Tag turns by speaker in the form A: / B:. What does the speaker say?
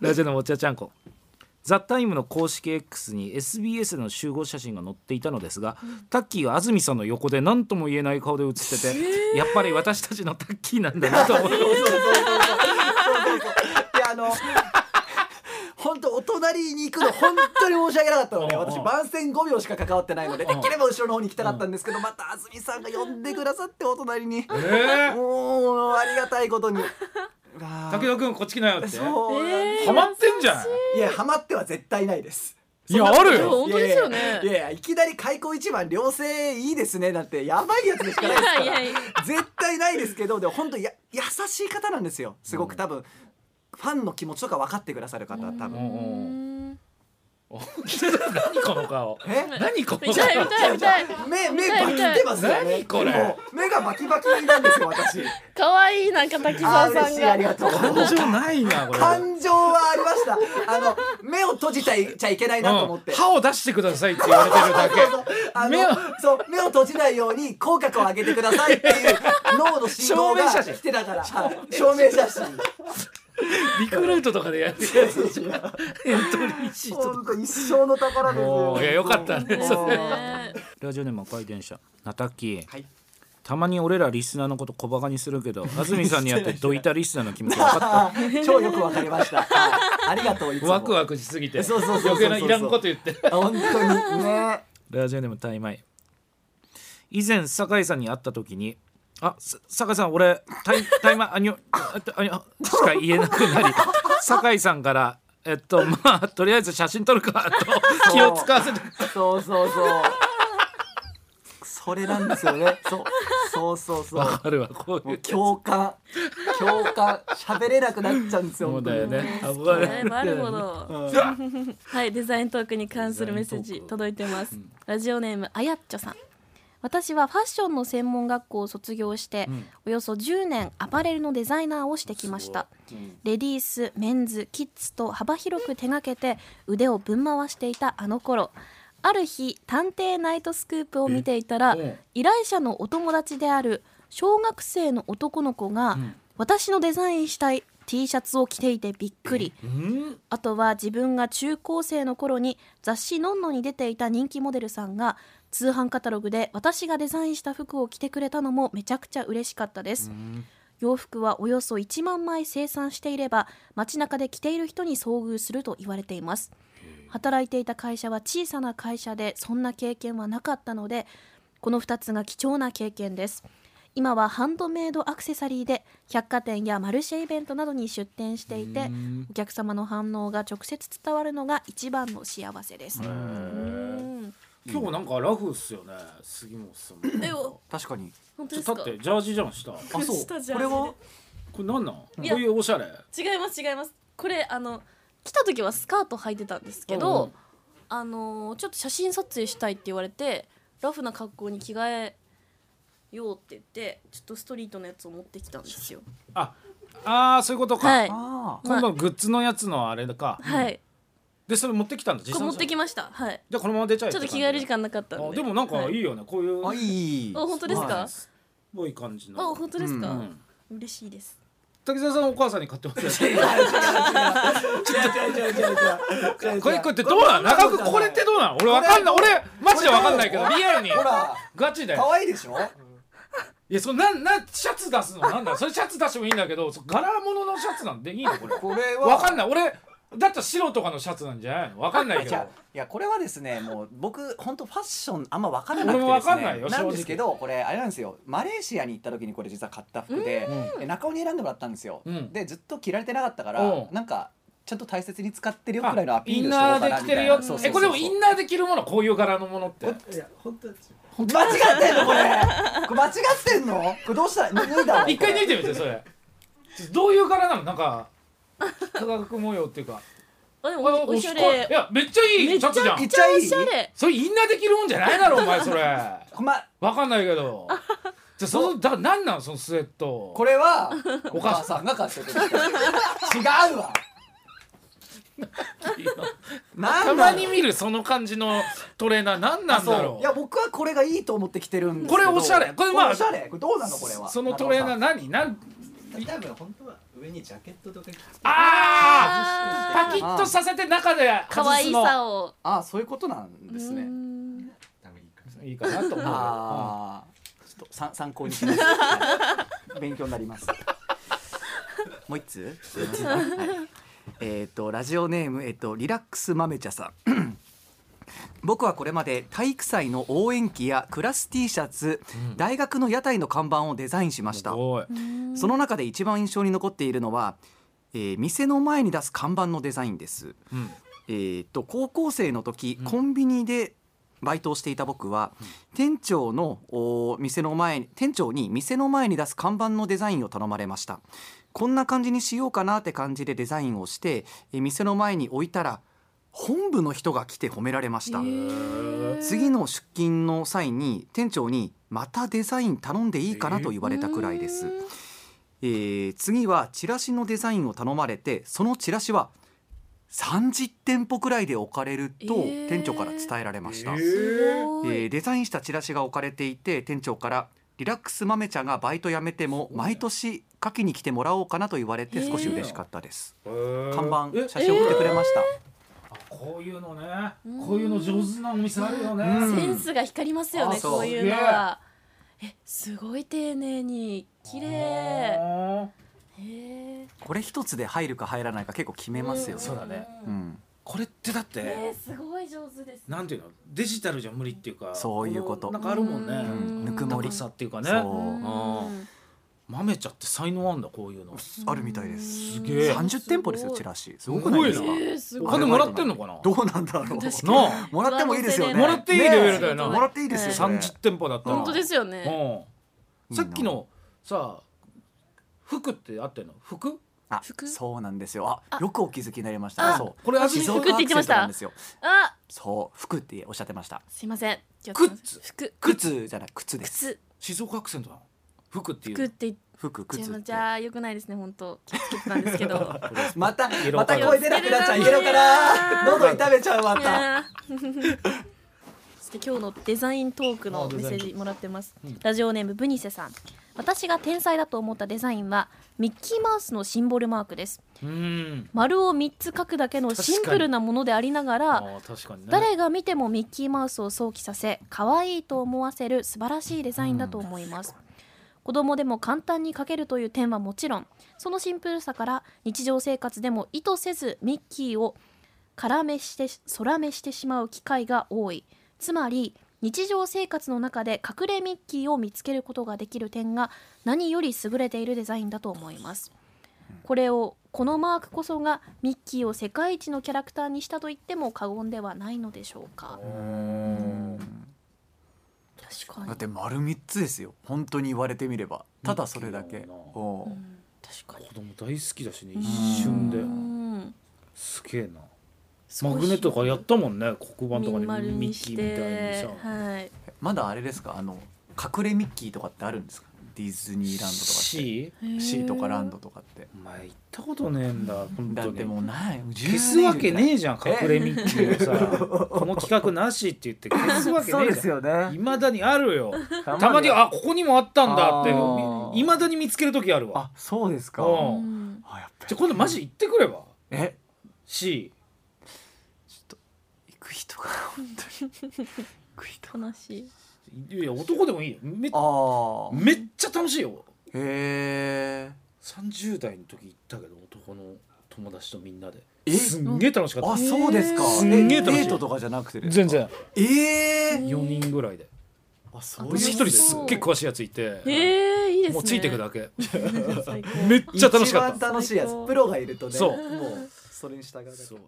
A: ラジオのもちゃちゃんこ「ザタイムの公式 X に SBS の集合写真が載っていたのですが、タッキーが安住さんの横で何とも言えない顔で写ってて、やっぱり私たちのタッキーなんだなと思って
B: やあの本当お隣に行くの本当に申し訳なかったのね
A: うんうん
B: 私番宣5秒しか関わってないのでできれば後ろの方に行きたかったんですけどまた安住さんが呼んでくださってお隣に
A: えー
B: もうありがたいことにあー
A: 武田君こっち来なよって
B: そうなんで
C: え
A: ハマってんじゃん
B: すいやハマっては絶対ないです
A: いやある
C: でも
A: よ
C: 本当ですよね
B: いやいやいやいきなり開口一番良性いいですねなんてやばいやつでしかないですから
C: いやいやいや
B: 絶対ないですけどでも本当や優しい方なんですよすごく多分、ファンの気持ちとか分かってくださる方多分、
A: うん
C: う
A: うん
C: ん
A: 何この顔
B: え
A: 何この
C: 見たい見
A: 顔
C: たい見たい
B: 目目
C: たい
B: バキってますよね
A: 何これ
B: もう目がバキバキなんですよ 私
C: 可愛いなんか滝
B: あ
C: 沢
B: ー
C: さ
B: 嬉
C: ん
B: しいあり
C: が
B: がとう
A: 感情ないなこれ
B: 感情はありましたあの目を閉じちゃいちゃいけないなと思って、
A: うん歯を出してくださいって言われてるだけ
B: あの
A: 目を
B: そう目を閉じないように口角を上げてくださいっていう脳の信号
A: 証明
B: が
A: 写真
B: 来てたからはい証明写真
A: リクルートとかでやってるやつじゃんエントリーシートとか
B: 本当一生の宝です
A: も
B: よ
A: ういやよかったね
B: もう
A: それ
C: ね
A: ラジオネーム赤い電車なたき
B: はい
A: たまに俺らリスナーのこと小バカにするけ ど安住さんにやってどいたリスナーの気持ち分かっ
B: あー超よくわかりましたはいありがとういつ
A: た
B: も
A: ワクワクしすぎて
B: そうそうそうそう
A: 余計ないらんこと言ってる
B: あ本当にね
A: ラジオネームタイマイ以前酒井さんに会った時に「あさ酒井さん俺タイタイマイあにょあとあにょ」しか言えなくなり酒井さんから「えっとまあとりあえず写真撮るか」と 気を使わせて
B: そうそうそうそれなんですよねそうそうそうそ
A: わ
B: う
A: かるわこう
B: も
A: いう
B: 共感共感喋れなくなっちゃうんです
A: そ
B: よ
A: う
B: 本当
A: だよ
B: に
A: ね憧れ
C: はいなるほど
B: うん
C: はいデザイントークに関するメッセー
A: デザイン
C: ジ
A: トーク
C: 届いてますラジオネームあやっちょさん私はファッションの専門学校を卒業して、およそ10年アパレルのデザイナーをしてきましたレディースメンズキッズと幅広く手がけて腕をぶん回していたあの頃ある日「探偵ナイトスクープ」を見ていたら
A: えうん
C: 依頼者のお友達である小学生の男の子が、私のデザインしたい T シャツを着ていてびっくり
A: うん
C: あとは自分が中高生の頃に雑誌「のんの」に出ていた人気モデルさんが通販カタログで私がデザインした服を着てくれたのもめちゃくちゃ嬉しかったです洋服はおよそ1万枚生産していれば街中で着ている人に遭遇すると言われています働いていた会社は小さな会社でそんな経験はなかったのでこの2つが貴重な経験です今はハンドメイドアクセサリーで百貨店やマルシェイベントなどに出店していてお客様の反応が直接伝わるのが一番の幸せですうん
A: 今日なんかラフっすよね杉本さんも
C: えお
B: 確かに
C: 本当
A: ち
C: で
A: ょ
C: すか
A: 立ってジャージじゃん下こ
B: あそう
C: 下じゃん
B: これは
A: れなんなんこう
C: いや
A: いうおしゃれ
C: 違います違いますこれあの来た時はスカート履いてたんですけど、
A: うんうん
C: あのーちょっと写真撮影したいって言われてラフな格好に着替えようって言ってちょっとストリートのやつを持ってきたんですよ
A: ああーそういうことか、
C: はい
B: あ
A: 今度のグッズのやつのあれか、
C: はい
A: でそれ持ってきたんだ
C: これ持ってき
A: ま
C: ましたはい
A: じゃあこのまま出ちゃえ
C: ちょっと着替える時
A: って
C: 間なかったん
A: 感じ
C: で
A: あでもなんかい
C: はい
A: よね、こういう
B: ーあいい
C: あ本当ですか
B: はい
A: もういい感じ
C: あ
A: の
C: 本当ですか、
B: う
C: 嬉しいです
A: 滝沢さんお母さんに買ってますよね
B: 違う違う違う違う違う違う
A: これこれってどうなん中くこれってどうなん俺わかんない俺マジでわかんないけど
B: これ
A: リアルに
B: ほら
A: ガチだよ
B: 可愛いでしょ
A: いやそのなんなんシャツ出すのなんだそれシャツ出してもいいんだけどそ柄物のシャツなんでいいのこれ
B: これは
A: わかんない俺だったら白とかのシャツなんじゃないのわかんないけ
B: じ
A: ど
B: ゃあいやこれはですねもう僕本当ファッションあんま分からなく
A: 俺
B: て
A: も分
B: です
A: かんないよ
B: ねなんですけどこれあれなんですよマレーシアに行った時にこれ実は買った服でで中尾に選んでもらったんですよ
A: うん
B: でずっと着られてなかった
A: う
B: から
A: ん
B: なんかちゃんと大切に使ってるよ
A: あ
B: くらいのア
A: イ
B: ピー
A: ン
B: ルをしよ
A: ナ
B: う
A: ー
B: か
A: で
B: な
A: 着
B: み
A: て
B: た
A: る
B: い
A: よ
B: なそうそうそうそう
A: えこれでもインナーで着るものこういう柄のものって
B: 間違ってんのこれこれ間違ってんのこれどうしたら脱いだの
A: 一回脱い
B: で
A: でみてそれどういう柄なのなんか化学模様っていうか
C: あでも
A: あ
C: おおしゃ
A: これ
C: れ
A: いやめっちゃいいシャツじゃ
B: め
A: ん
B: ちゃい
C: お
B: い
C: しゃれ
A: それインナーで着るもんじゃないだろお前それわ
B: こ,、ま、
A: かんないけどじゃあそのだから何なんそのスウェット
B: これは
A: お
B: お
A: 母
B: 母
A: さ
B: さんが買ってくれた違うわな ん
A: た
B: だ
A: まに見るその感じのトレーナー何なんだ
B: そう
A: ろ
B: いうや僕はこれがいいと思って着てるんですけど
A: これおしゃれこれまあ
B: おしゃれこれどうなのこれは
A: そのトレーナー
B: 中尾
A: 何なん
D: 多分本当は上にジャケットとか着て
A: あッとさせて中で
C: 可
A: 外
C: 愛
A: す
C: い
A: の
C: さを
B: ああそういうことなんです
C: うー
B: ね。
C: ん
D: ダメいいかもしれない
A: いいかなと思うよ。
B: ああ、ちょっと参参考にします。はい勉強にな ります。もう一つ。すいませんはいえっ、とラジオネームえっ、とリラックス豆茶さん。 僕はこれまで体育祭の応援旗やクラス T シャツ、
A: うん
B: 大学の屋台の看板をデザインしまし
A: す
B: た。
A: ごい。
B: その中で一番印象に残っているのは、えー店の前に出す看板のデザインです。
A: うん
B: えー、と高校生の時、
A: うん
B: コンビニでバイトをしていた僕は、店長のおー店の前に店長に店の前に出す看板のデザインを頼まれましたこんな感じにしようかなって感じでデザインをして、えー店の前に置いたら本部の人が来て褒められました、次の出勤の際に店長にまたデザイン頼んでいいかなと言われたくらいです、えー次はチラシのデザインを頼まれてそのチラシは30店舗くらいで置かれると
C: えー
B: 店長から伝えられました、え
D: え
C: すごい
B: ーデザインしたチラシが置かれていて店長から「リラックス豆茶がバイト辞めても毎年書きに来てもらおうかな」と言われて少し嬉しかったです、看板写真送ってくれました、
A: あこういうのね
C: うん
A: こういうの上手なお店あるよね、
B: うん
C: センスが光りますよね
B: あそう
C: こういうのはえすごい丁寧に綺麗
A: あー
C: へえ
B: これ一つで入るか入らないか結構決めますよね
A: そうだね
B: う、ん、
A: これってだって、
C: えー、すごい上手です
A: なんていうのデジタルじゃ無理っていうか
B: そういうこと
A: のなんかあるもんね、
C: うん
B: ぬくもり
A: 高さっていうかね
B: そう
C: うん
A: 豆茶って才能あんだこういうの
B: あるみたいです
A: すげえ
B: 30店舗ですよチラシすごくないです
A: す
B: か
A: ごい
C: えー、す
A: お
C: ごい
A: 金もらってんのかな
B: どうなんだろう
C: 確
A: なあ
B: もらってもいいですよね
A: もらっていいレベルだよな
B: ねもらっていいですよ、ね、
A: 30店舗だったら
C: 本当ですよね
A: う
B: いい
A: ん、
B: な
A: さっきのさ服ってあってんの服
B: あ
C: 服
B: そうなんですよあよくお気づきになりまし
C: あ
B: たそう
A: これ味
B: 静
A: に
B: 岡
C: 服って
B: ア
C: 言っ
B: クセ
C: てま
B: ン
C: し
B: ト
C: た
B: なんですよ
C: あ
B: そう服っておっしゃってました
C: すいません気をつけま
A: 靴
C: す服
B: 靴じゃない靴です
C: 靴
A: 静岡アクセントなの服っていう
C: 服って言っ
B: 服
C: ちゃい
B: 靴
C: ま
B: っ
C: じ
B: て
C: ゃあ良くないですね本当気をつけてたんですけど
B: また
A: イエローカ
B: また
A: ード
B: 声出なくなっちゃうイエローから喉痛めちゃうま
C: い
B: た
C: やーそして今日のデザイントークのメッセージもらってます、
A: デザイントークうん
C: ラジオネームブニセさん私が天才だと思ったデザインはミッキーマウスのシンボルマークです
A: うん
C: 丸を3つ書くだけのシンプルなものでありながら
A: あー確かにね
C: 誰が見てもミッキーマウスを想起させ可愛いと思わせる素晴らしいデザインだと思います、子供でも簡単に描けるという点はもちろんそのシンプルさから日常生活でも意図せずミッキーを空目して空目してしまう機会が多いつまり日常生活の中で隠れミッキーを見つけることができる点が何より優れているデザインだと思いますこれをこのマークこそがミッキーを世界一のキャラクターにしたと言っても過言ではないのでしょうか
A: う
C: 確か
B: だっ
C: に
B: て丸三つですよ本当に言われてみればただそれだ
A: ミッ
B: け
A: キーのな
B: おう
C: うん確かに
A: 子供大好きだしね一瞬で
C: うん
A: すげえな
C: 少し
A: マグネットとかやったもんね黒板
C: ミ
A: と
C: ニ
A: か
C: マ
A: で
C: ル
A: ミ
C: に
A: ッキ
C: し
A: ーみ
C: て
A: たいにさ
C: はい
B: まだあれですかあの隠れミッキーとかってあるんですかディズニーランドとかって
A: C?
C: へー
B: C とかランドとかって
A: お前行ったことねえんだ本
B: だ
A: 当
B: って
A: に
B: もうない
A: 消すわけね
B: え
A: えじゃん隠れミッキーを さこの企画なしって言って消すわけねえじゃん
B: よね
A: いまだにあるよ
B: た
A: たまにあここにもあったんだって
B: あー
A: いまだに見つける時あるわ
B: あそうですか
A: う
C: うんん
B: あやっぱり
A: じゃあ今度マジ行ってくれば
B: え
A: C
B: 行く人が本当に行く人
C: 悲しい
A: いや男でもいいよめ
B: ああ
A: めっちゃ楽しいよ
B: へえ
A: 30代の時行ったけど男の友達とみんなで
B: え
A: すんげえ楽しかっ
B: あ
A: た
B: そうですか
A: すんげえ
B: え
A: 楽しい
B: デートとかじゃなくてですか
A: 全然
B: ええ
A: 4人ぐらいで
B: あそういう
A: うち一人すっげえ詳しいやついて
C: えー、いいですね
A: もうついてくだけ
C: 最高
A: めっちゃ楽しかった
B: 一番楽しいや
C: 最
B: つ
C: 高
B: プロがいるとね
A: そう
B: もうそれに従うだけ
A: そう